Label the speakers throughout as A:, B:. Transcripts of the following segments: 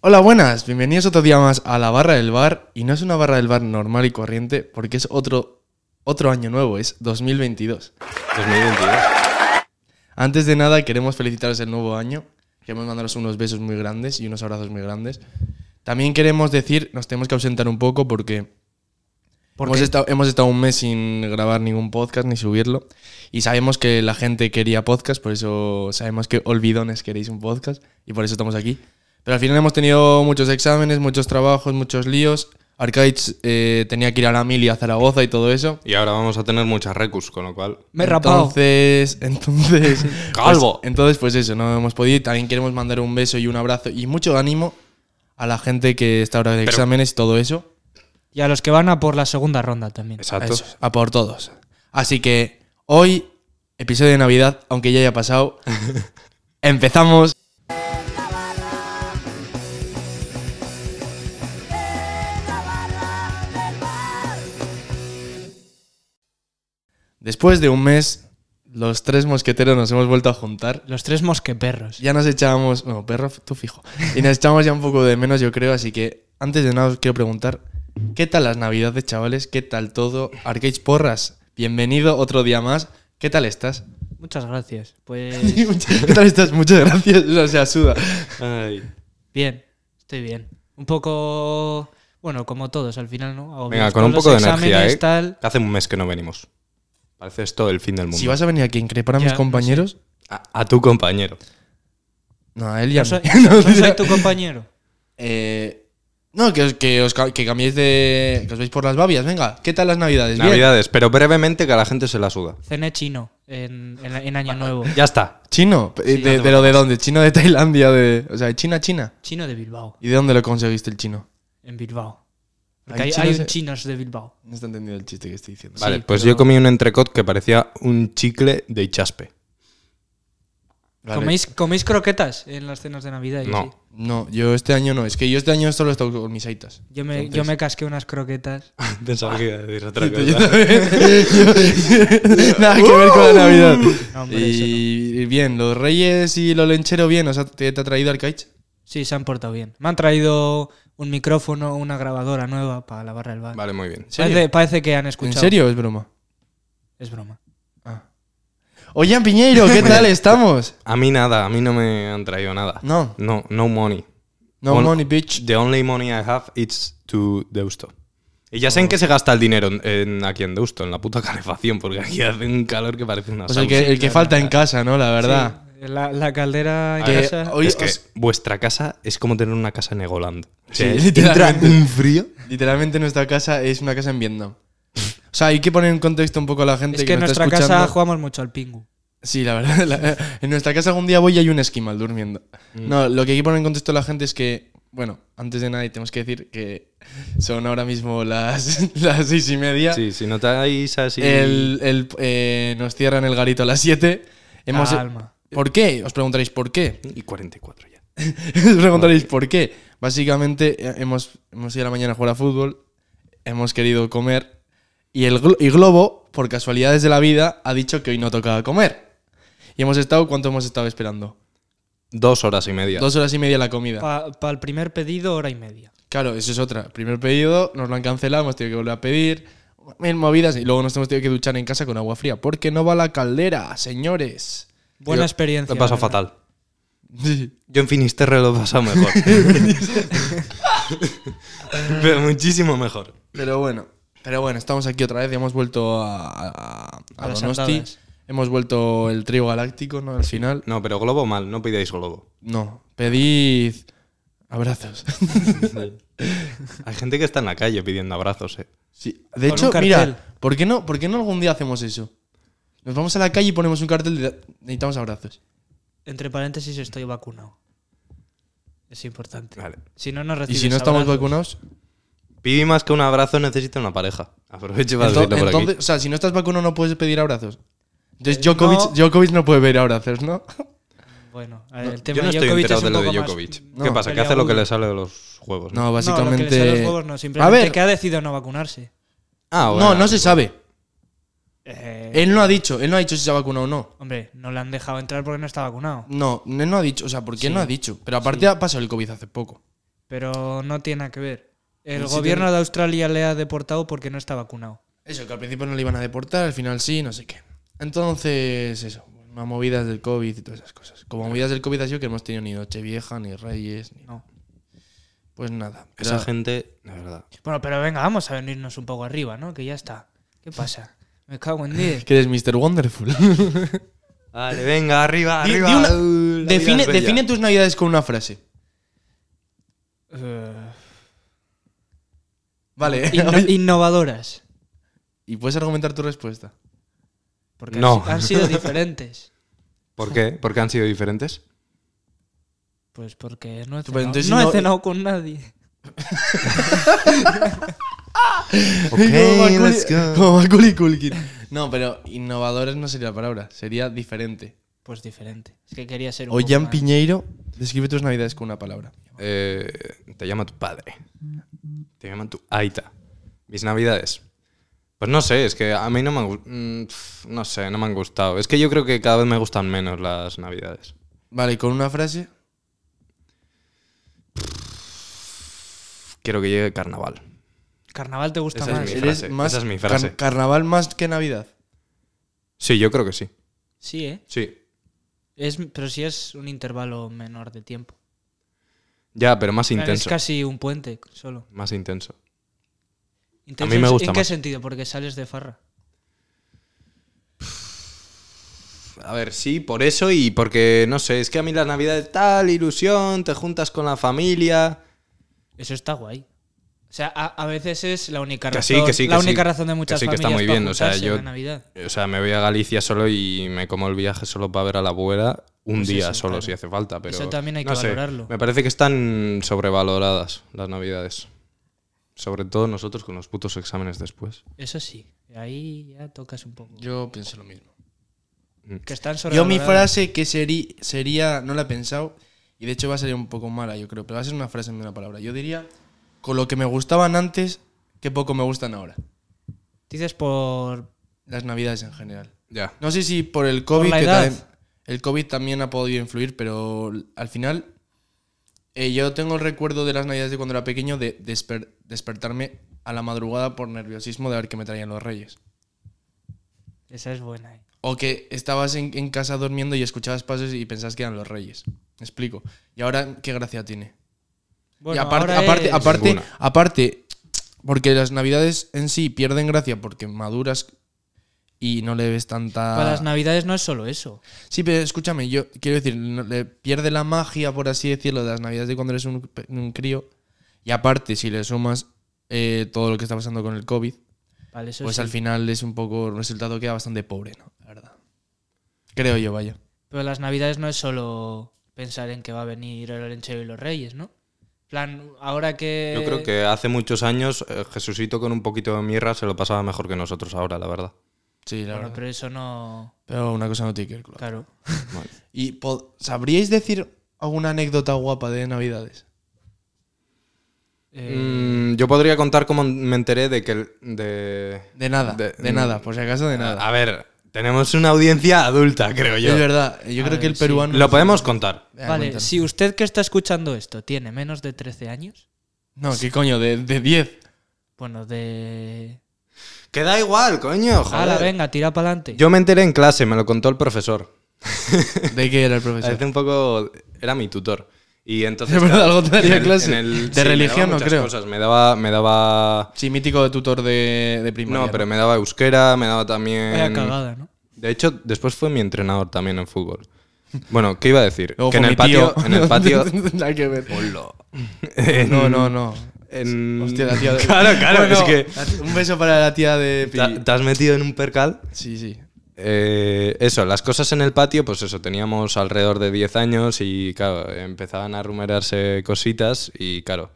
A: Hola, buenas. Bienvenidos otro día más a la barra del bar. Y no es una barra del bar normal y corriente porque es otro, otro año nuevo, es 2022.
B: 2022.
A: Antes de nada, queremos felicitaros el nuevo año. Queremos mandaros unos besos muy grandes y unos abrazos muy grandes. También queremos decir, nos tenemos que ausentar un poco porque hemos, estado, hemos estado un mes sin grabar ningún podcast ni subirlo. Y sabemos que la gente quería podcast, por eso sabemos que olvidones queréis un podcast y por eso estamos aquí. Pero al final hemos tenido muchos exámenes, muchos trabajos, muchos líos. Arcades eh, tenía que ir a la mili a Zaragoza y todo eso.
B: Y ahora vamos a tener muchas recus, con lo cual.
C: Me he rapado.
A: Entonces, entonces. pues-
B: Calvo.
A: entonces, pues eso, no hemos podido. ir. También queremos mandar un beso y un abrazo y mucho ánimo a la gente que está ahora de
B: Pero-
A: exámenes y todo eso.
C: Y a los que van a por la segunda ronda también.
A: A,
B: Exacto.
A: eso, a por todos. Así que hoy, episodio de Navidad, aunque ya haya pasado, empezamos. Después de un mes, los tres mosqueteros nos hemos vuelto a juntar.
C: Los tres mosqueperros.
A: Ya nos echábamos, no, perro, tú fijo. Y nos echábamos ya un poco de menos, yo creo, así que antes de nada os quiero preguntar, ¿qué tal las navidades, chavales? ¿Qué tal todo? Arcades Porras, bienvenido otro día más. ¿Qué tal estás?
C: Muchas gracias. Pues
A: ¿Qué tal estás? Muchas gracias. O sea, suda.
B: Ay.
C: bien, estoy bien. Un poco, bueno, como todos al final, ¿no? Agobiados
B: Venga, con un
C: los
B: poco de energía,
C: exámenes,
B: ¿eh?
C: tal.
B: Hace un mes que no venimos. Parece esto el fin del mundo.
A: Si vas a venir aquí a increpar a
C: Ya,
A: mis
C: no
A: compañeros,
B: a, a tu compañero.
A: no, a él ya
C: No soy,
A: no.
C: no soy tu compañero.
A: Eh, no, que, os, que, os ca- que cambiéis de... que os veis por las babias. Venga, ¿qué tal las navidades? Bien.
B: Navidades, pero brevemente que a la gente se la suda.
C: Cené chino en, en- en Año Nuevo.
B: Ya está.
A: Chino, eh,
C: Sí,
A: de,
C: no te
A: de lo de dónde? Chino de Tailandia, de... O sea, de China, China.
C: Chino de Bilbao,
A: ¿Y de dónde lo conseguiste el chino?
C: en Bilbao. Porque
A: Hay
C: hay,
A: chinos
C: hay un
A: de-
C: chinos de Bilbao.
A: No está entendido el chiste que estoy diciendo.
B: Vale,
C: Sí,
B: pues
C: pero-
B: yo comí un entrecot que parecía un chicle de chaspe.
A: Vale.
C: ¿Coméis, ¿Coméis croquetas en las cenas de Navidad? y
B: No.
C: así?
A: No, yo este año no. Es que yo este año solo he estado con mis aitas.
C: Yo me, yo me casqué unas croquetas.
B: Pensaba que iba a decir otra
A: Yo también. Yo- Nada que ver con la Navidad.
C: No, hombre, eso no.
A: y bien, los reyes y lo lenchero bien. O sea, ¿te, te ha traído Arcaich?
C: Sí, se han portado bien. Me han traído un micrófono, una grabadora nueva para la barra del bar.
B: Vale, muy bien.
A: serio?
C: Parece, parece que han
A: ¿En
C: escuchado.
A: serio o es broma?
C: Es broma.
A: Ah. Oye, Piñeiro, ¿qué tal estamos?
B: A mí nada, a mí no me han traído nada.
A: No.
B: No, no money.
A: No
B: Bueno,
A: money, bitch.
B: The only money I have is to Deusto. Y ya sé en qué se gasta el dinero en- en- aquí en Deusto, en la puta calefacción, porque aquí hace un calor que parece una
A: O sea, el
B: sauna.
A: que, el que falta en casa, ¿no? La verdad.
C: Sí, la, la caldera en
A: Que
C: casa.
A: hoy
B: es que
A: os-
B: vuestra casa es como tener una casa en Egoland. O sea,
A: Sí,
B: entra
A: literalmente.
B: un frío.
A: Literalmente nuestra casa es una casa en Vietnam. O sea, hay que poner en contexto un poco a la gente
C: Es que
A: que
C: en
A: nos
C: nuestra
A: está escuchando.
C: casa jugamos mucho al pingu.
A: Sí, la verdad. la- en nuestra casa algún día voy y hay un esquimal durmiendo. No, lo que hay que poner en contexto a la gente es que, bueno, antes de nada y tenemos que decir que son ahora mismo las, las seis y media.
B: Sí, si notáis así.
A: El- el, eh, nos cierran el garito a las siete. Hemos-
C: Calma.
A: ¿Por qué? Os preguntaréis por qué.
B: Y 44 ya.
A: Os preguntaréis por qué. Básicamente eh, hemos, hemos ido a la mañana a jugar a fútbol, hemos querido comer y, el glo- y Globo, por casualidades de la vida, ha dicho que hoy no tocaba comer. Y hemos estado, ¿cuánto hemos estado esperando?
B: Dos horas y media.
A: Dos horas y media la comida.
C: Para el primer pedido, hora y media.
A: Claro, eso es otra. Primer pedido, nos lo han cancelado, hemos tenido que volver a pedir. Mil movidas y luego nos hemos tenido que duchar en casa con agua fría. Porque no va la caldera, señores.
C: Buena
B: Yo-
C: experiencia.
B: Lo he pasado
C: la verdad.
B: fatal. Yo en Finisterre lo he pasado mejor. Pero muchísimo mejor.
A: Pero bueno, pero bueno, estamos aquí otra vez y hemos vuelto a, a, a
C: A las
A: Donosti.
C: andadas.
A: Hemos vuelto el trío galáctico, ¿no? Al final.
B: No, pero globo mal, no pidáis globo.
A: No, pedid abrazos.
B: Hay gente que está en la calle pidiendo abrazos, eh.
A: Sí, De
C: Con
A: hecho,
C: un cartel.
A: mira, ¿por qué, no, ¿por qué no algún día hacemos eso? Nos vamos a la calle y ponemos un cartel de necesitamos abrazos.
C: Entre paréntesis, estoy vacunado. Es importante.
B: Vale.
C: Si no, nos
A: Y
C: recibes
A: si no estamos
C: abrazos.
A: vacunados,
B: Pibi más que un abrazo necesita una pareja. Aprovecho para
A: ento-
B: decirlo por
A: entonces,
B: aquí.
A: o sea, si no estás vacunado no puedes pedir abrazos. Entonces
C: Eh,
A: Djokovic
C: no.
A: Djokovic no. puede pedir abrazos, ¿no?
C: Bueno, a ver, el tema
B: Yo no
C: de
B: estoy
C: Djokovic
B: enterado
C: es
B: de
C: un
B: lo
C: poco
B: de
C: más
B: Djokovic.
A: No.
B: ¿Qué pasa? ¿Que hace lo que
C: peliagudo.
B: le sale de los juegos?
A: No,
C: No, lo que
A: básicamente.
C: le sale a los huevos no,
A: a
C: simplemente
A: ver,
C: que ha decidido no vacunarse.
B: Ah, bueno.
A: no, no se sabe.
C: Eh,
A: Él no ha dicho, él no ha dicho si se ha vacunado o no.
C: Hombre, no le han dejado entrar porque no está vacunado.
A: No, no no ha dicho, o sea, ¿por qué
C: Sí.
A: no ha dicho? Pero aparte ha pasado el COVID hace poco.
C: pero no tiene nada que ver. El
A: Pero sí
C: gobierno
A: tiene-
C: de Australia le ha deportado porque no está vacunado.
A: Eso, que al principio no le iban a deportar, al final sí, no sé qué. Entonces, eso, más movidas del COVID y todas esas cosas. Como movidas del COVID ha sido que no hemos tenido ni Nochevieja, ni Reyes, ni...
C: No.
A: Pues nada.
B: Esa
A: Era-
B: gente, de verdad.
C: Bueno, pero venga, vamos a venirnos un poco arriba, ¿no? Que ya está. ¿Qué pasa? Me cago en 10.
A: Que eres Mr. Wonderful.
B: Vale, venga, arriba,
A: Di- di
B: arriba.
A: una-
B: uh, la vida
A: define,
B: es bella.
A: define tus navidades con una frase.
C: Eh,
A: Vale.
C: inno-
A: oye,
C: innovadoras.
A: y puedes argumentar tu respuesta.
C: Porque
B: No.
C: han, han sido diferentes.
B: ¿Por qué? ¿Por qué han sido diferentes?
C: Pues porque no
A: Pero
C: he cenado,
A: entonces
C: no he
A: no-
C: cenado con nadie.
B: Ok,
A: Macaulay-
B: let's go.
A: como Macaulay Culkin. No, pero innovadores no sería la palabra, sería diferente.
C: Pues diferente. Es que quería ser un
A: O
C: poco
A: Jan
C: más.
A: Piñeiro, describe tus navidades con una palabra.
B: Eh, te llama tu padre. Te llama tu aita. Mis navidades. Pues no sé, es que a mí no me han gu- mm, pf, No sé, no me han gustado. Es que yo creo que cada vez me gustan menos las navidades.
A: Vale, ¿y con una frase?
B: Quiero que llegue carnaval.
C: Carnaval te gusta
B: Esa es
C: más.
B: mi-
A: Eres
B: frase,
A: más
B: esa es mi
A: car-
B: frase.
A: carnaval más que Navidad.
B: Sí, yo creo que sí.
C: Sí, ¿eh?
B: Sí.
C: Es, pero sí es un intervalo menor de tiempo.
B: Ya, pero más
C: Es
B: intenso.
C: casi un puente solo.
B: Más intenso.
C: Intenso
B: mí me
C: es-
B: gusta
C: ¿En qué
B: más.
C: sentido? Porque sales de farra.
B: A ver, sí, por eso y porque, no sé, es que a mí la Navidad es tal ilusión, te juntas con la familia.
C: Eso está guay. O sea, a, a veces es la única
B: Que
C: razón.
B: sí, que sí,
C: la
B: que sí.
C: única razón de
B: Que
C: muchas
B: sí, que está
C: familias
B: muy
C: para
B: bien, o sea,
C: juntarse
B: yo-
C: en la Navidad.
B: O sea, me voy a Galicia solo y me como el viaje solo para ver a la abuela un
C: Pues
B: día
C: eso,
B: solo
C: claro.
B: si hace falta, pero
C: Eso también hay que
B: no sé,
C: valorarlo.
B: Me parece que están sobrevaloradas las Navidades. Sobre todo nosotros con los putos exámenes después.
C: Eso sí. Ahí ya tocas un poco.
A: Yo pienso lo mismo.
C: que están
A: Yo mi
C: sobrevaloradas.
A: frase que sería, sería, no la he pensado, y de hecho va a ser un poco mala, yo creo, pero va a ser una frase en una palabra. Yo diría, con lo que me gustaban antes, que poco me gustan ahora.
C: Dices por.
A: Las navidades en general.
B: Ya.
A: No sé si por el COVID,
C: la
A: que
C: edad.
A: también- el COVID también ha podido influir, pero al final eh, yo tengo el recuerdo de las navidades de cuando era pequeño de desper- despertarme a la madrugada por nerviosismo de ver qué me traían los reyes.
C: Esa es buena. ¿eh?
A: O que estabas en, en casa durmiendo y escuchabas pasos y pensabas que eran los reyes. Me explico. Y ahora, ¿qué gracia tiene?
C: Bueno,
A: y aparte,
C: ahora
A: aparte,
C: es-
A: aparte,
B: Ninguna.
A: aparte, porque las navidades en sí pierden gracia porque maduras y no le ves tanta...
C: Para las navidades no es solo eso.
A: Sí, pero escúchame, yo quiero decir, no- le pierde la magia, por así decirlo, de las navidades de cuando eres un, pe- un crío. Y aparte, si le sumas eh, todo lo que está pasando con el COVID,
C: Vale, eso
A: pues
C: sí.
A: al final es un poco, el resultado queda bastante pobre, ¿no? La verdad. Creo yo, vaya.
C: Pero las navidades no es solo pensar en que va a venir el olenchero y los reyes, ¿no? plan, ahora que.
B: Yo creo que hace muchos años eh, Jesucito con un poquito de mirra se lo pasaba mejor que nosotros ahora, la verdad.
A: Sí, la
C: Bueno,
A: verdad. Pero...
C: pero eso no.
A: una cosa no tiene que ver con la otra.
C: Claro.
B: Vale.
A: ¿Y po- sabríais decir alguna anécdota guapa de navidades?
C: Eh,
B: Mm, yo podría contar cómo me enteré de que... el- De,
A: De nada, de,
B: De-
A: nada, por si acaso de nada.
B: A ver, tenemos una audiencia adulta, creo yo.
A: es verdad, yo
C: A
A: creo que
C: ver,
A: el
C: sí.
A: peruano...
B: Lo podemos contar.
A: Venga,
C: vale,
A: Eh, cuéntalo.
C: si usted que está escuchando esto tiene menos de 13 años,
A: No, ¿qué coño? De de 10.
C: bueno, de.
B: Que da igual, coño. joder.
C: Hala, venga, tira para adelante.
B: Yo me enteré en clase, me lo contó el profesor.
A: ¿De qué era el profesor?
B: Hace un poco. Era mi tutor. Y entonces.
A: ¿De verdad algo te daría
B: en el-
A: clase?
B: en el-
A: De
B: sí, me
A: religión,
B: daba
A: no
B: muchas
A: creo.
B: Cosas. Me daba. Me daba
A: Sí, mítico de tutor de, de primaria.
B: no, pero me daba euskera, me daba
C: Vaya
B: también.
C: cagada, ¿no?
B: De hecho, después fue mi entrenador también en fútbol. Bueno, ¿qué iba a decir?
A: Luego
B: que
A: fue
B: en
A: mi
B: el patio.
A: tío.
B: En el patio.
A: Nada que ver.
B: Hola.
A: No, no, no.
B: En-
A: Hostia, la tía de...
B: Claro, claro,
A: Bueno,
B: es que.
A: la- Un beso para la tía de... Pi.
B: ¿Te te has metido en un percal?
A: Sí, sí.
B: Eh, eso, las cosas en el patio, pues eso, teníamos alrededor de 10 años y claro, empezaban a rumorearse cositas y claro,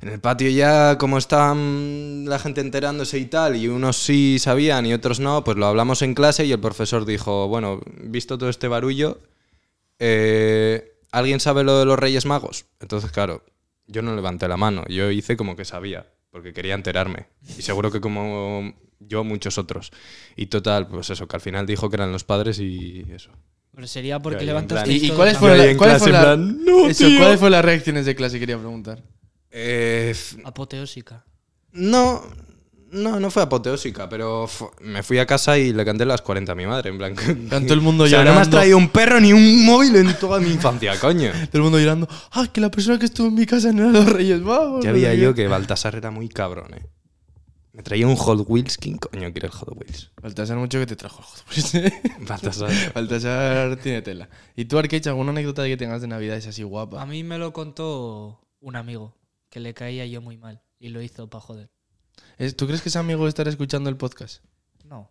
B: en el patio ya como estaban la gente enterándose y tal, y unos sí sabían y otros no, pues lo hablamos en clase y el profesor dijo, bueno, visto todo este barullo, eh, ¿alguien sabe lo de los Reyes Magos? Entonces, claro, yo no levanté la mano, yo hice como que sabía, porque quería enterarme. Y seguro que como yo, muchos otros. Y total, pues eso, que al final dijo que eran los padres y eso.
C: Pero sería
B: Ya,
C: porque
B: ya, en
C: levantaste.
B: plan-
A: ¿Y, y
C: todos
A: cuáles
C: la-
B: fue-
A: fueron
B: ahí
A: la-
B: en
A: cuáles
B: clase,
A: fueron
B: en plan, "No,
A: la- eso,
B: tío".
A: ¿cuáles fueron las reacciones de clase? Quería preguntar.
B: Eh, f-
C: Apoteósica.
B: no, no, no fue apoteósica, pero fu- me fui a casa y le canté las 40 a mi madre, en plan.
A: Todo el mundo
B: o sea, no me has
A: llorando.
B: traído un perro ni un móvil en toda mi infancia, coño.
A: Todo el mundo llorando. ¡Ah, que la persona que estuvo en mi casa no era los Reyes Vamos.
B: Ya veía yo que Baltasar era muy cabrón, eh. Me traía un Hot Wheels. ¿Quién coño quiere el Hot Wheels?
A: Baltasar, mucho que te trajo. joder, pues.
B: Baltasar.
A: Baltasar tiene tela. ¿Y tú, Arkeich, alguna anécdota que tengas de Navidad es así
C: A
A: guapa?
C: mí me lo contó un amigo que le caía yo muy mal y lo hizo para joder.
A: Es- ¿Tú crees que ese amigo estará escuchando el podcast?
C: No.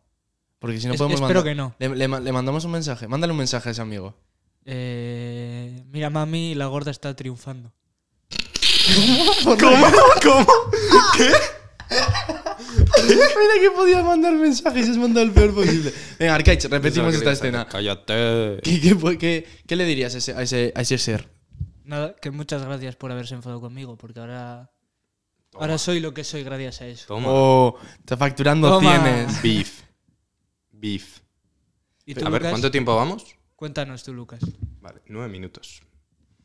A: Porque si no
C: Es-
A: podemos
C: espero
A: mandar-
C: que no.
A: Le, le ma- le mandamos un mensaje. Mándale un mensaje a ese amigo.
C: Eh, mira, mami, la gorda está triunfando.
A: ¿Cómo? ¿Cómo? ¿Qué? Mira que podía mandar mensajes, has mandado el peor posible. Venga, Arcaich, repetimos esta escena.
B: Cállate.
A: ¿Qué, qué, po- qué- qué le dirías a ese, a ese- a ese ser?
C: Nada, que muchas gracias por haberse enfadado conmigo, porque ahora, ahora soy lo que soy gracias a eso.
B: Toma.
A: Oh, está facturando
C: Toma.
A: cienes.
B: Beef. Beef.
C: ¿Y tú,
B: A ver,
C: Lucas?
B: ¿cuánto tiempo vamos?
C: Cuéntanos tú, Lucas.
B: Vale, nueve minutos.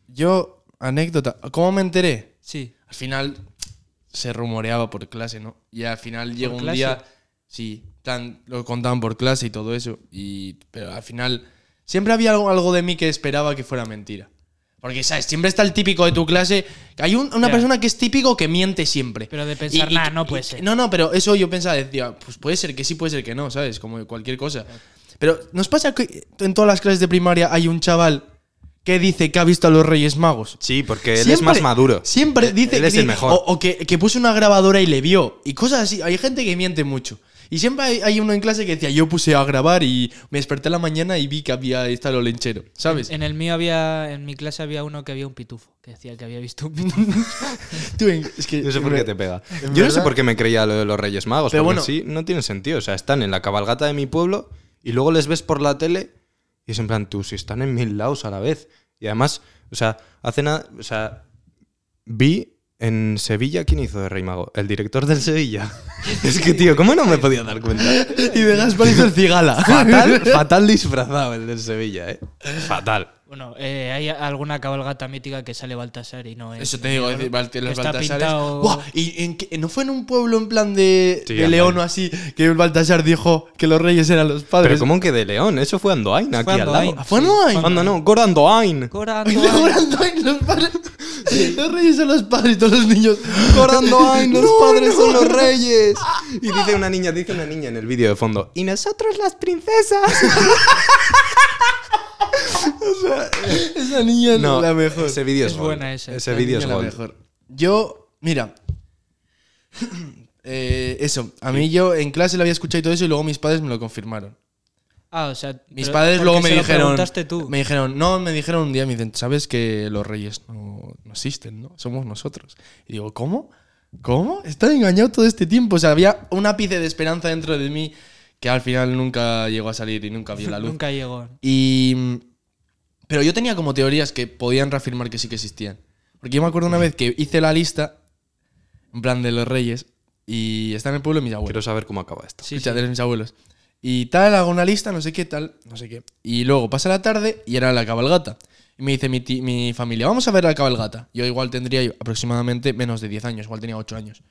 A: Yo, anécdota, ¿cómo me enteré?
C: Sí.
A: Al final se rumoreaba por clase, ¿no? Y al final llega un
C: clase?
A: día, sí, tan, lo contaban por clase y todo eso. Y, pero al final siempre había algo, algo de mí que esperaba que fuera mentira. Porque, ¿sabes? Siempre está el típico de tu clase. Hay un- una
C: Ya.
A: persona que es típico que miente siempre.
C: Pero de pensar, "Nah, no puede
A: y-
C: ser".
A: No, no, pero eso yo pensaba, decía, pues puede ser que sí, puede ser que no, ¿sabes? Como cualquier cosa. Pero nos pasa que en todas las clases de primaria hay un chaval que dice que ha visto a los Reyes Magos.
B: Sí, porque él es
A: Siempre-
B: más maduro.
A: Siempre
B: Él-
A: dice
B: Él es el
A: dice-
B: mejor.
A: O, o que, que puso una grabadora y le vio. Y cosas así. Hay gente que miente mucho. Y siempre hay, hay uno en clase que decía, yo puse a grabar y me desperté a la mañana y vi que había estado el lenchero. ¿Sabes?
C: En el mío había, en mi clase había uno que había un pitufo, que decía que había visto un pitufo.
A: Tú, en- es que-
B: No sé por qué te pega. Yo no sé
A: verdad-
B: por qué me creía lo de los Reyes Magos,
A: Pero
B: pero
A: bueno.
B: bueno, sí, no tiene sentido. O sea, están en la cabalgata de mi pueblo y luego les ves por la tele y es en plan, tú, si están en mil lados a la vez. Y además, o sea, hace nada, o sea, vi en Sevilla, ¿quién hizo de Rey Mago? El director del Sevilla. es que, tío, ¿cómo no me podía dar cuenta?
A: Y de Gaspar hizo el cigala.
B: Fatal, fatal disfrazado el del Sevilla, ¿eh? Fatal.
C: Bueno, eh, hay alguna cabalgata mítica que sale Baltasar y no es.
A: Eso te digo, es decir, Balt- los
C: Está
A: Baltasares.
C: pintado-
A: ¡Buah! ¿Y en qué- no fue en un pueblo en plan de,
B: Sí,
A: de
B: anda.
A: León o así que el Baltasar dijo que los reyes eran los padres?
B: Pero ¿cómo que de León? Eso fue Andoain aquí al lado.
C: Andoain.
A: Ah, ¿Fue no hay?
B: Anda, no, Gor Andoain.
C: Cora,
A: Y
C: Andoain.
A: jurando ahí los padres. Los reyes son los padres y todos los niños.
B: Corando hay, los
A: No,
B: padres
A: no.
B: son los reyes. Y dice una niña, dice una niña en el vídeo de fondo, y nosotros las princesas.
A: Esa niña no, la mejor.
B: Ese vídeo es,
C: Es
B: gold.
C: buena esa.
B: Ese
C: La
B: vídeo es
A: Niña la
B: gold.
A: mejor. Yo, mira. Eh, eso, a mí yo en clase lo había escuchado y todo eso y luego mis padres me lo confirmaron.
C: Ah, o sea,
A: Mis
C: pero-
A: padres
C: porque
A: luego me
C: se lo
A: dijeron.
C: preguntaste tú.
A: Me dijeron, no, me dijeron un día, me dicen, ¿sabes que los reyes no, no existen, no? Somos nosotros. Y digo, ¿cómo? ¿Cómo? Estaba engañado todo este tiempo. O sea, había un ápice de esperanza dentro de mí que al final nunca llegó a salir y nunca vio la luz.
C: Nunca llegó.
A: Y. mm, Pero yo tenía como teorías que podían reafirmar que sí que existían. Porque yo me acuerdo una vez que hice la lista, en plan de los reyes, y está en el pueblo de mis
B: Quiero
A: abuelos.
B: saber cómo acaba esto.
C: Sí,
A: Escucha,
C: sí.
A: de mis abuelos. Y tal, hago una lista, no sé qué, tal, no sé qué. Y luego pasa la tarde y era la cabalgata. Y me dice mi, ti- mi familia, vamos a ver la cabalgata. Yo igual tendría aproximadamente menos de 10 años, igual tenía 8 años.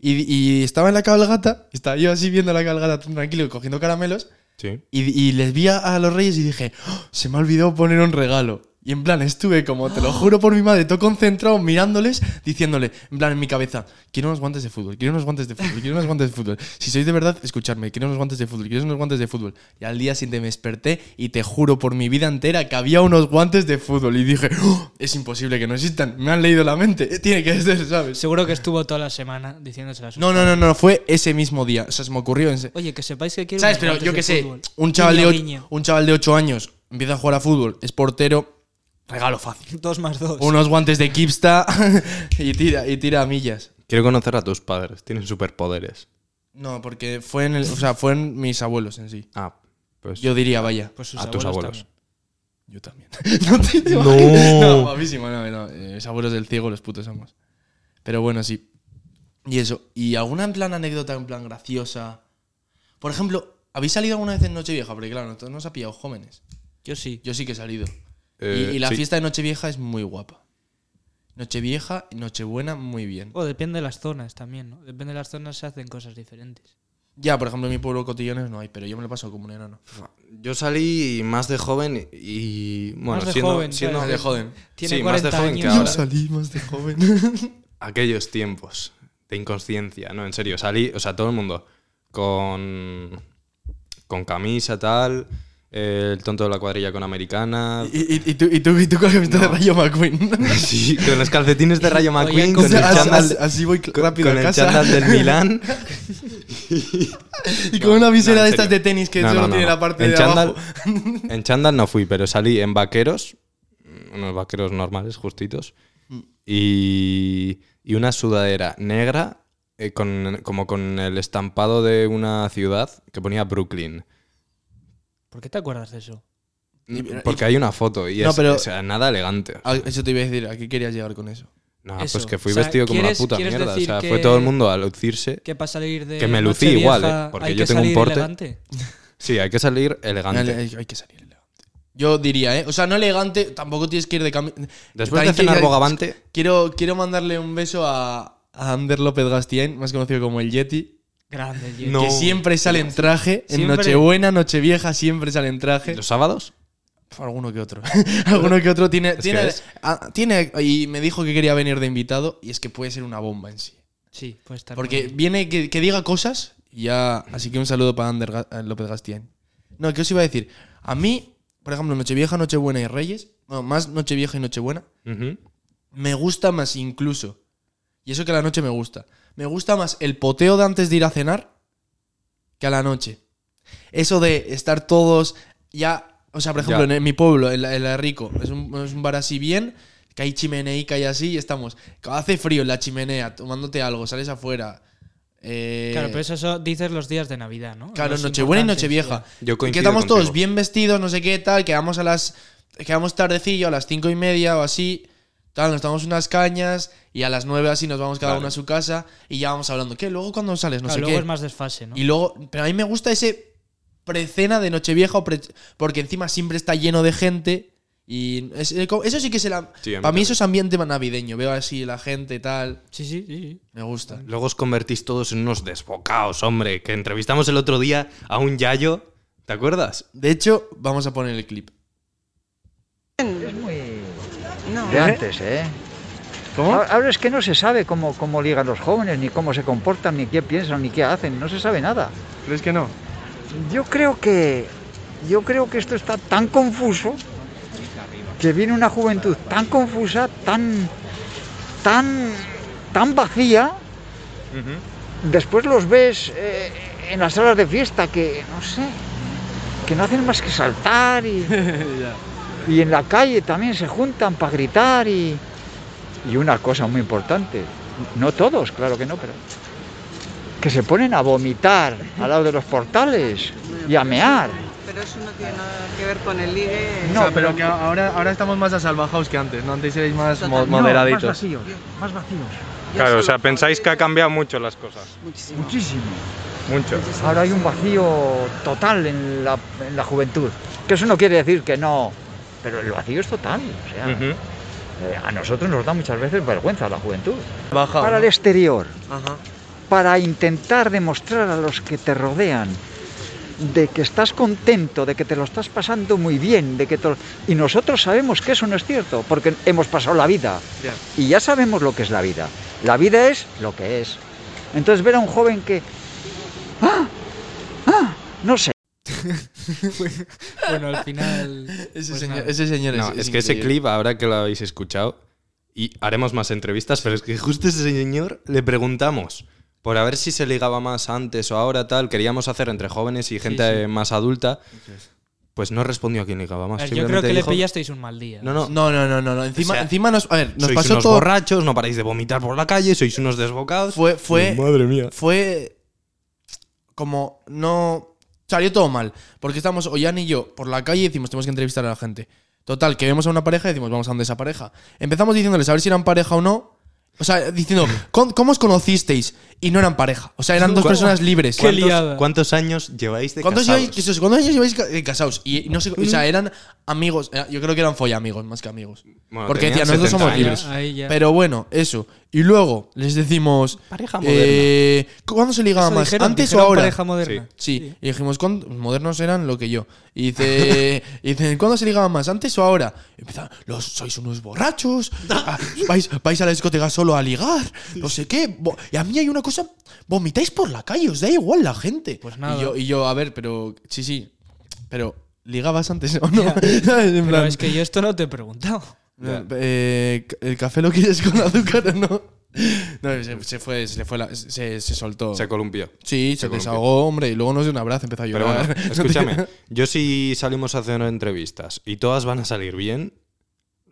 A: Y, y estaba en la cabalgata, estaba yo así viendo la cabalgata tranquilo, cogiendo caramelos.
B: Sí.
A: Y, y les vi a, a los reyes y dije, "Oh, se me ha olvidado poner un regalo. Y en plan, estuve como, te lo juro por mi madre, todo concentrado mirándoles, diciéndole, en plan, en mi cabeza, quiero unos guantes de fútbol, quiero unos guantes de fútbol, quiero unos guantes de fútbol. Si sois de verdad, escuchadme, quiero unos guantes de fútbol, quiero unos guantes de fútbol. Y al día siguiente me desperté y te juro por mi vida entera que había unos guantes de fútbol. Y dije, "Oh, es imposible que no existan, me han leído la mente, tiene que ser, ¿sabes?
C: Seguro que estuvo toda la semana diciéndose las
A: No, no, no, no, fue ese mismo día, o sea, se me ocurrió en ese...
C: Oye, que sepáis que quiero.
A: ¿Sabes?
C: unos
A: Pero
C: guantes
A: yo
C: de
A: que sé,
C: fútbol.
A: un chaval, de
C: Guiño,
A: ocho,
C: guiño.
A: un chaval de 8 años empieza a jugar a fútbol, es portero, regalo fácil.
C: Dos más dos.
A: Unos guantes de Kipsta y tira, y tira a millas.
B: Quiero conocer a tus padres. Tienen superpoderes.
A: No, porque fue en, el, o sea, fue en mis abuelos en sí.
B: Ah, pues.
A: Yo diría, vaya.
C: Pues sus
B: a tus abuelos.
A: Yo
C: también.
A: también. no te imaginas. No, guapísimo, no, no. eh, mis abuelos del ciego, los putos amos. Pero bueno, sí. Y eso. ¿Y alguna en plan anécdota, en plan graciosa? Por ejemplo, ¿habéis salido alguna vez en Nochevieja? Porque claro, nosotros nos ha pillado jóvenes.
C: Yo sí.
A: Yo sí que he salido.
B: Eh,
A: y, y la
B: sí.
A: fiesta de Nochevieja es muy guapa. Nochevieja y Nochebuena, muy bien.
C: O depende de las zonas también, ¿no? Depende de las zonas se hacen cosas diferentes.
A: Ya, por ejemplo, en mi pueblo cotillones no hay, pero yo me lo paso como un enano.
B: Yo salí más de joven y. Bueno,
C: Más de
B: siendo.
C: joven,
B: siendo-
C: claro.
A: Más de joven.
C: Tiene
B: Sí, más
C: 40
B: de joven
C: años.
B: que ahora.
A: salí más de joven.
B: aquellos tiempos de inconsciencia, no, en serio, salí, o sea, todo el mundo con, con camisa, tal, eh, el tonto de la cuadrilla con americana,
A: y, y, y tú, y, tú, y tú con la camiseta de Rayo McQueen.
B: sí, con los calcetines de Rayo McQueen,
A: O
B: con el
A: sea, así,
B: chándal,
A: así- así voy
B: con-
A: rápido
B: con
A: a
B: el
A: casa.
B: chándal del Milán,
A: Y con
B: No,
A: una
B: no,
A: visera
B: en
A: de estas
B: serio.
A: de tenis que
B: No,
A: solo
B: no, no,
A: tiene
B: no.
A: la parte
B: en
A: de
B: chándal,
A: abajo.
B: En chándal no fui, pero salí en vaqueros, unos vaqueros normales, justitos, y, y una sudadera negra, eh, con, como con el estampado de una ciudad que ponía Brooklyn.
C: ¿Por qué te acuerdas de eso?
A: Y-
B: Porque hay una foto y
A: No,
B: es
A: pero-
B: o sea, nada elegante.
A: Ah, Eso te iba a decir, ¿a qué querías llegar con eso?
B: No,
C: eso.
B: pues que fui
C: O sea,
B: vestido como una
C: ¿quieres-
B: puta
C: quieres
B: mierda. O
C: decir
B: sea,
C: que-
B: fue todo el mundo a lucirse.
C: Que para salir de.
B: Que me lucí
C: Nochevieja
B: igual, ¿eh? Porque
C: hay
B: yo
C: que
B: tengo un
C: salir
B: porte.
C: elegante.
B: Sí, hay que salir elegante.
A: Hay, hay que salir elegante. Yo diría, ¿eh? O sea, no elegante, tampoco tienes que ir de camino.
B: Después de cenar bogavante,
A: Quiero, quiero mandarle un beso a, a Ander López Gastiain, más conocido como el Yeti,
C: Grande, tío.
B: No.
A: que siempre sale en traje. En
C: Oh, Siempre.
A: Nochebuena, Nochevieja, siempre sale en traje.
B: los sábados,
A: Alguno que otro. Alguno que otro tiene.
B: que
A: Tiene,
B: es.
A: ah, tiene. Y me dijo que quería venir de invitado, y es que puede ser una bomba en sí.
C: Sí, pues está.
A: Porque viene que, que diga cosas y ya. Así que un saludo para Ander Ga- eh, López Gastián. No, ¿qué os iba a decir? A mí, por ejemplo, Nochevieja, Nochebuena y Reyes. No, más Nochevieja y Nochebuena.
B: ujú,
A: Me gusta más incluso. Y eso que a la noche me gusta. Me gusta más el poteo de antes de ir a cenar que a la noche. Eso de estar todos ya. O sea, por ejemplo,
B: Ya.
A: en mi pueblo, en la, en La Rico, es un, es un bar así bien, que hay chimeneica y así, y estamos. Hace frío en la chimenea, tomándote algo, sales afuera. eh,
C: Claro, pero eso, eso dices los días de Navidad, ¿no?
A: Claro,
C: Los
A: Nochebuena y
C: importantes,
A: Nochevieja.
C: ya.
B: Yo
A: y que
B: coincido
A: estamos todos
B: contigo.
A: bien vestidos, no sé qué tal, quedamos a las. Quedamos tardecillo, a las cinco y media o así. Tal, nos tomamos unas cañas y a las nueve así nos vamos cada
B: Vale.
A: uno a su casa y ya vamos hablando. ¿Qué? Luego cuando sales, no
C: Claro,
A: sé
C: luego
A: qué.
C: es más desfase, ¿no?
A: Y luego. Pero a mí me gusta ese precena de Nochevieja o pre- porque encima siempre está lleno de gente. Y es- eso sí que es el. am-
B: Sí, a
A: para mí
B: mí también.
A: eso es ambiente navideño. Veo así la gente, tal.
C: Sí, sí, sí, sí.
A: Me gusta.
B: Luego os convertís todos en unos desbocados, hombre. Que entrevistamos el otro día a un yayo. ¿Te acuerdas?
A: De hecho, vamos a poner el clip.
D: de antes, ¿eh?
A: ¿Cómo?
D: A- Ahora es que no se sabe cómo, cómo ligan los jóvenes, ni cómo se comportan, ni qué piensan, ni qué hacen, no se sabe nada.
A: ¿Crees que no?
D: Yo creo que, yo creo que esto está tan confuso, que viene una juventud tan confusa, tan, tan, tan vacía. Después los ves eh, en las salas de fiesta que, no sé, que no hacen más que saltar y... Y en la calle también se juntan para gritar y... Y una cosa muy importante, no todos, claro que no, pero... Que se ponen a vomitar al lado de los portales y a mear.
E: Pero eso no tiene nada que ver con el ligue.
D: No, pero
A: ahora, ahora estamos más asalvajados que antes, ¿no? Antes erais más
E: mo-
D: No, más vacíos, más vacíos,
E: Yo solo podría-
B: cambiado mucho las cosas.
E: Muchísimo.
D: muchísimo.
B: Mucho.
E: muchísimo.
D: Ahora hay un vacío total en la, en la juventud. Que eso no quiere decir que no... Pero el vacío es total, o sea... eh, a nosotros nos da muchas veces vergüenza la juventud.
A: Baja.
D: Para el exterior,
A: Ajá.
D: para intentar demostrar a los que te rodean de que estás contento, de que te lo estás pasando muy bien, de que to- y nosotros sabemos que eso no es cierto, porque hemos pasado la vida
A: Ya.
D: y ya sabemos lo que es la vida. La vida es lo que es. Entonces ver a un joven que ¡Ah! ¡Ah! no sé,
C: Bueno, al final. pues
A: Ese,
C: nada.
A: señor, ese señor
B: No, es, que ese
A: increíble.
B: clip, ahora que lo habéis escuchado, y haremos más entrevistas, pero es que justo ese señor le preguntamos por a ver si se ligaba más antes o ahora, tal, queríamos hacer entre jóvenes y gente
C: sí.
B: eh, más adulta, pues no respondió a quién ligaba
C: A
B: más.
C: ver, yo creo
B: simplemente
C: que le
B: dijo,
C: pillasteis un mal día.
B: No, no,
A: No, no, no, no. no. Encima,
B: O sea,
A: encima nos. A ver, nos
B: sois
A: pasó
B: unos
A: todo.
B: borrachos, no paráis de vomitar por la calle, sois unos desbocados.
A: Fue. fue
B: Madre mía.
A: Fue. Como. No. Salió todo mal. Porque estamos Ollán y yo por la calle y decimos, tenemos que entrevistar a la gente. Total, que vemos a una pareja y decimos, vamos a donde esa pareja. Empezamos diciéndoles a ver si eran pareja o no. O sea, diciendo, "¿Con- ¿cómo os conocisteis? y no eran pareja. O sea, eran dos
B: ¿Cuál-
A: personas libres.
C: Qué
A: ¿Cuántos-
C: liada.
B: ¿Cuántos años lleváis de
A: ¿Cuántos,
B: casados?
A: lleváis, eso es, ¿Cuántos años lleváis ca- eh, casados? Y no sé, o sea, eran amigos. eh, Yo creo que eran follamigos más que amigos.
B: Bueno,
A: porque
B: tenían
A: decían, nosotros
B: 70
A: somos libres.
B: años.
C: Ahí ya.
A: Pero bueno, eso. Y luego les decimos.
B: Pareja
A: eh, ¿Cuándo se ligaba
C: Eso
A: más?
C: dijeron,
A: ¿Antes
C: dijeron
A: o ahora?
C: pareja moderna.
A: Sí. Y dijimos, "¿Cuándo-?" modernos eran lo que yo. Y dice, y dicen, ¿cuándo se ligaban más? ¿Antes o ahora? Y empezaban, los sois unos borrachos, ah, vais, vais a la discoteca solo a ligar, no sé qué. Vo- Y a mí hay una cosa, vomitáis por la calle, os da igual la gente.
C: Pues nada.
A: Y yo, y yo, a ver, pero, sí, sí, pero, ¿ligabas antes o no?
C: Ya.
A: ¿Sabes? En
C: Pero
A: plan,
C: es que yo esto no te he preguntado.
A: no, eh, ca- ¿El café lo quieres con azúcar o no? No, se, se fue, se le fue la- se, se soltó.
B: Se columpió.
A: sí,
B: se
A: se,
B: columpió.
A: desahogó, hombre, y luego nos dio un abrazo, empezó a
B: Pero
A: llorar.
B: bueno,
A: No te-
B: escúchame. Yo si salimos a hacer entrevistas y todas van a salir bien,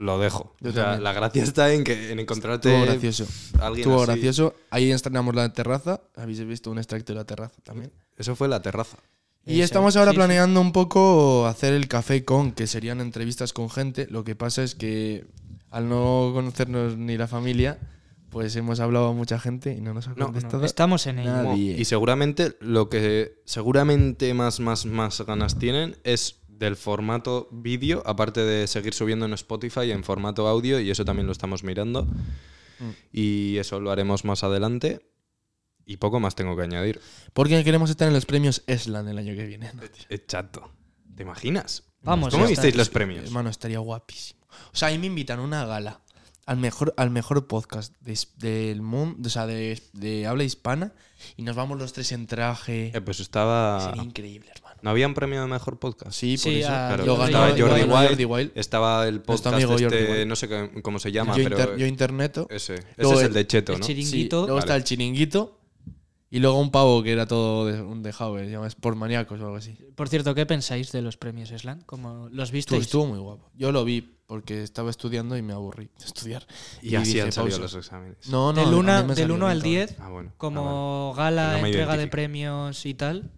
B: lo dejo.
A: Yo
B: O sea,
A: también.
B: la gracia está en, que, en encontrarte
A: Estuvo gracioso.
B: alguien
A: Estuvo
B: así.
A: gracioso. Ahí estrenamos la terraza. Habéis visto un extracto de la terraza también.
B: Eso fue la terraza.
A: Y
B: Eh,
C: Esa-
A: estamos ahora
C: sí, sí.
A: planeando un poco hacer el café con, que serían entrevistas con gente. Lo que pasa es que al no conocernos ni la familia, pues hemos hablado a mucha gente y no nos ha
B: No,
A: contestado.
C: Estamos en ello.
A: Nada. Nadie.
B: Y seguramente lo que seguramente más, más, más ganas tienen es del formato vídeo, aparte de seguir subiendo en Spotify en formato audio, y eso también lo estamos mirando.
A: Mm.
B: Y eso lo haremos más adelante. Y poco más tengo que añadir.
A: Porque queremos estar en los premios Eslan el año que viene.
B: Eh, Chato. ¿Te imaginas?
C: Vamos,
B: ¿Cómo
C: ya
B: visteis
C: está.
B: los premios?
A: Hermano, estaría guapísimo. O sea, ahí me invitan a una gala al mejor, al mejor podcast de his- del mundo, o sea, de, de habla hispana, y nos vamos los tres en traje.
B: Eh, pues estaba.
A: Sería increíble, hermano.
B: ¿No habían premio de mejor podcast.
A: Sí, por
C: Sí,
A: eso.
C: a-
B: Claro,
A: yo
C: Jordi
A: ganaba
B: estaba
C: Wild,
B: Jordi
A: ganaba
B: Wild,
A: Jordi Wild.
B: estaba el podcast
A: amigo
B: este,
A: Jordi Wild.
B: no sé qué- cómo se llama,
A: yo,
B: pero
A: inter- yo interneto.
B: ese, ese
A: Luego
B: es el
A: el-
B: de Cheto,
C: el
B: ¿no?
A: Sí,
C: chiri- Eh, Chiringuito.
A: luego está
B: Vale.
A: el chiringuito. Y luego un pavo que era todo de, un dejado, que se llama por maníacos o algo así.
C: Por cierto, ¿qué pensáis de los premios Slan? ¿Cómo los
A: Estuvo,
C: visteis?
A: estuvo muy guapo. Yo lo vi porque estaba estudiando y me aburrí de estudiar.
B: Y, así
A: dije,
B: han salido
A: pausa.
B: los exámenes.
A: No, no,
C: del
A: a
C: una-
A: mí me
C: del
A: salió eh. bien,
C: 1 al
A: cabrón.
C: 10,
B: Ah, bueno.
C: como
B: No
C: gala,
B: me
C: entrega de
B: identifico.
C: premios y tal,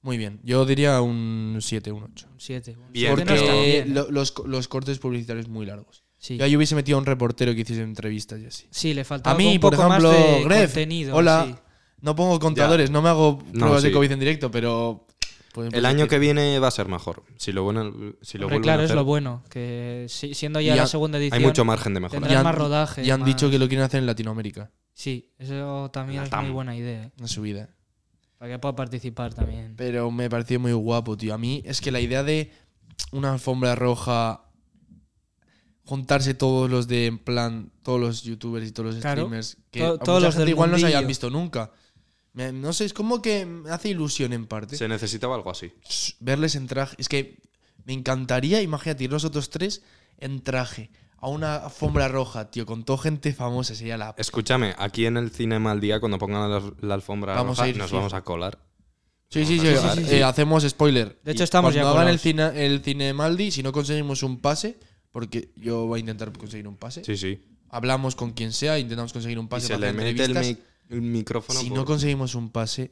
A: Muy bien. Yo diría un 7, un 8.
C: un 7.
B: Bien,
A: Porque
B: no está
A: eh, lo- los, co- los cortes publicitarios muy largos.
C: Sí.
A: Yo ahí hubiese metido a un reportero que hiciese entrevistas y así.
C: Sí, le faltaba
A: A mí,
C: un
A: por
C: poco
A: ejemplo,
C: más de
A: Gref,
C: contenido.
A: hola.
C: sí.
A: No pongo contadores, no me hago
B: No,
A: pruebas de
B: sí.
A: COVID en directo, pero... pues, pueden
B: El año
A: permitir.
B: que viene va a ser mejor. Si lo bueno, si lo
C: Hombre,
B: vuelven
C: claro,
B: a
C: es
B: hacer,
C: lo bueno, que si- siendo ya
A: Y
C: la
A: han-
C: segunda edición...
B: hay mucho margen de mejora.
C: tendrá-
A: Y han-
C: más rodaje,
A: Y han dicho
C: más-
A: que lo quieren hacer en Latinoamérica.
C: Sí, eso también
B: La
C: es
B: TAM.
C: muy buena idea, ¿eh?
A: Una subida.
C: para que pueda participar también.
A: Pero me pareció muy guapo, tío. A mí es que la idea de una alfombra roja, juntarse todos los de, en plan, todos los youtubers y todos los
C: Claro.
A: streamers, que
C: To-
A: a
C: todos
A: mucha
C: los
A: gente
C: del
A: igual no se hayan
C: mundillo.
A: visto nunca. Me- no sé, es como que me hace ilusión en parte.
B: Se necesitaba algo así.
A: Sh, Verles en traje. Es que me encantaría, imagínate, ir nosotros tres en traje. A una alfombra roja, tío, con toda gente famosa sería la...
B: Escúchame, aquí en el Cinema al Día, cuando pongan la, la alfombra
A: Vamos
B: roja,
A: a ir
B: nos
A: fijo.
B: vamos a colar.
A: Sí,
C: Ah,
A: sí, sí,
B: Sí,
A: a-
B: sí, sí,
A: eh,
B: sí.
A: hacemos spoiler.
C: De hecho,
A: Y
C: estamos ya
A: cuando hagan el,
C: colados.
A: cine, el Cinemaldi, si no conseguimos un pase, porque yo voy a intentar conseguir un pase,
B: Sí, sí.
A: hablamos con quien sea, intentamos conseguir un
B: Y
A: pase
B: se
A: para
B: le
A: hacer
B: mete el,
A: entrevistas.
B: mic- el micrófono. pues,
A: Si
B: por-
A: no conseguimos un pase,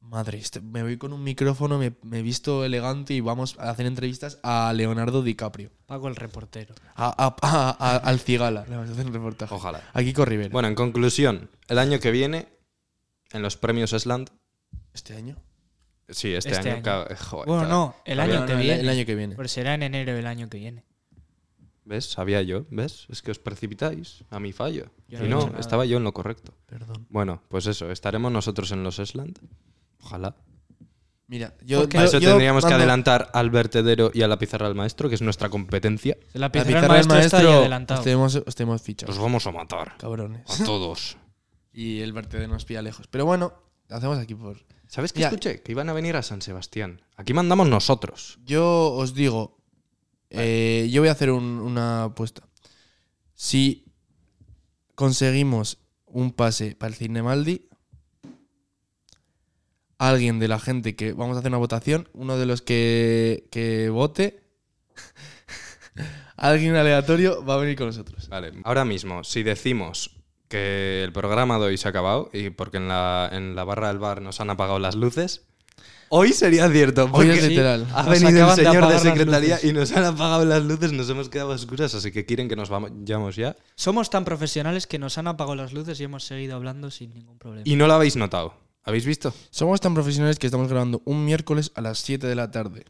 A: madre, este- me voy con un micrófono, me, me he visto elegante y vamos a hacer entrevistas a Leonardo DiCaprio,
C: Pago el reportero.
A: a, a- a- a- al Cigala, le vamos a hacer un reportaje.
B: Ojalá.
A: A Kiko Rivera.
B: Bueno, en conclusión, el año que viene, en los premios Esland.
A: ¿Este año?
B: Sí, este,
C: Este
B: año.
C: año.
B: ca- eh, joder,
C: Bueno,
B: claro.
C: no, el
A: No,
C: año
A: Pues no,
C: que
A: el-
C: viene.
A: El año que viene.
C: Pero será en enero del año que viene.
B: ¿Ves? Sabía yo, ¿ves? Es que os precipitáis a mi fallo.
C: Yo no
B: y
C: he
B: no,
C: dicho nada.
B: estaba yo en lo correcto.
A: Perdón.
B: Bueno, pues eso, estaremos nosotros en los Esland. Ojalá.
A: Mira, yo...
C: Porque-
B: Para
A: yo-
B: eso
A: yo
B: tendríamos que
A: mando-
B: adelantar al vertedero y a la pizarra al maestro, que es nuestra competencia.
C: La
A: La
C: pizarra,
A: pizarra del
C: maestro, está ya adelantado.
A: os tenemos, os tenemos fichado.
B: Los vamos a matar.
A: Cabrones.
B: A todos.
A: Pues Y el vertedero nos pilla lejos. Pero bueno, lo hacemos aquí por.
B: ¿Sabes qué
A: Ya.
B: escuché? Que iban a venir a San Sebastián. Aquí mandamos nosotros.
A: Yo os digo. eh, yo voy a hacer un- una apuesta. Si conseguimos un pase para el Cinemaldi, alguien de la gente que vamos a hacer una votación, uno de los que, que vote, alguien aleatorio va a venir con nosotros.
B: Vale, ahora mismo, si decimos que el programa de hoy se ha acabado y porque en la, en la barra del bar nos han apagado las luces, Hoy sería cierto.
A: Hoy
B: porque
A: es literal.
B: Ha
A: Nos
B: venido el
A: acaban de
B: señor de,
A: apagar las
B: secretaría
A: luces.
B: y nos han apagado las luces, nos hemos quedado a oscuras, así que quieren que nos vayamos ya.
C: Somos tan profesionales que nos han apagado las luces y hemos seguido hablando sin ningún problema.
B: Y no lo habéis notado. ¿Habéis visto?
A: Somos tan profesionales que estamos grabando un miércoles a las 7 de la tarde.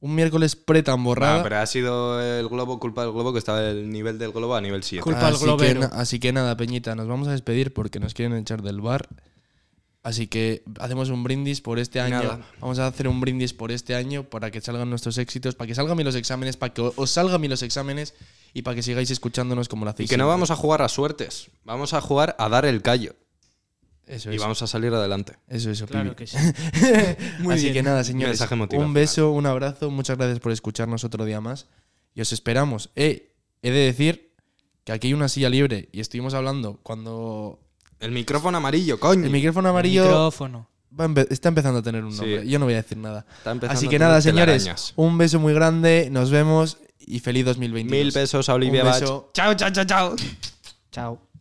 A: Un miércoles pre-tamborrada.
B: Ah, pero ha sido el globo, culpa del globo, que estaba el nivel del globo a nivel 7.
C: Culpa al
A: así
C: globero.
A: Que, na- así que nada, Peñita, nos vamos a despedir porque nos quieren echar del bar. Así que hacemos un brindis por este año.
B: Nada.
A: Vamos a hacer un brindis por este año para que salgan nuestros éxitos, para que salgan bien los exámenes, para que o- os salgan bien los exámenes y para que sigáis escuchándonos como lo
B: Y
A: hacéis.
B: que no
A: siempre.
B: vamos a jugar a suertes, vamos a jugar a dar el callo
A: Eso
B: y
A: es.
B: vamos a salir adelante.
A: Eso es. pibi.
C: Claro que sí.
A: Así que nada, señores.
B: Mensaje motivacional.
A: un beso, un abrazo. Muchas gracias por escucharnos otro día más. Y os esperamos. Eh, he de decir que aquí hay una silla libre y estuvimos hablando cuando.
B: El micrófono amarillo, coño.
A: El micrófono amarillo.
C: Micrófono.
A: Va empe- está empezando a tener un
B: Sí.
A: nombre. Yo no voy a decir nada.
B: Está empezando
A: Así
B: a
A: que
B: tener
A: nada, señores.
B: telarañas.
A: Un beso muy grande. Nos vemos y feliz 2022.
B: Mil besos a Olivia
A: Un
B: Bach.
A: beso.
C: Chao.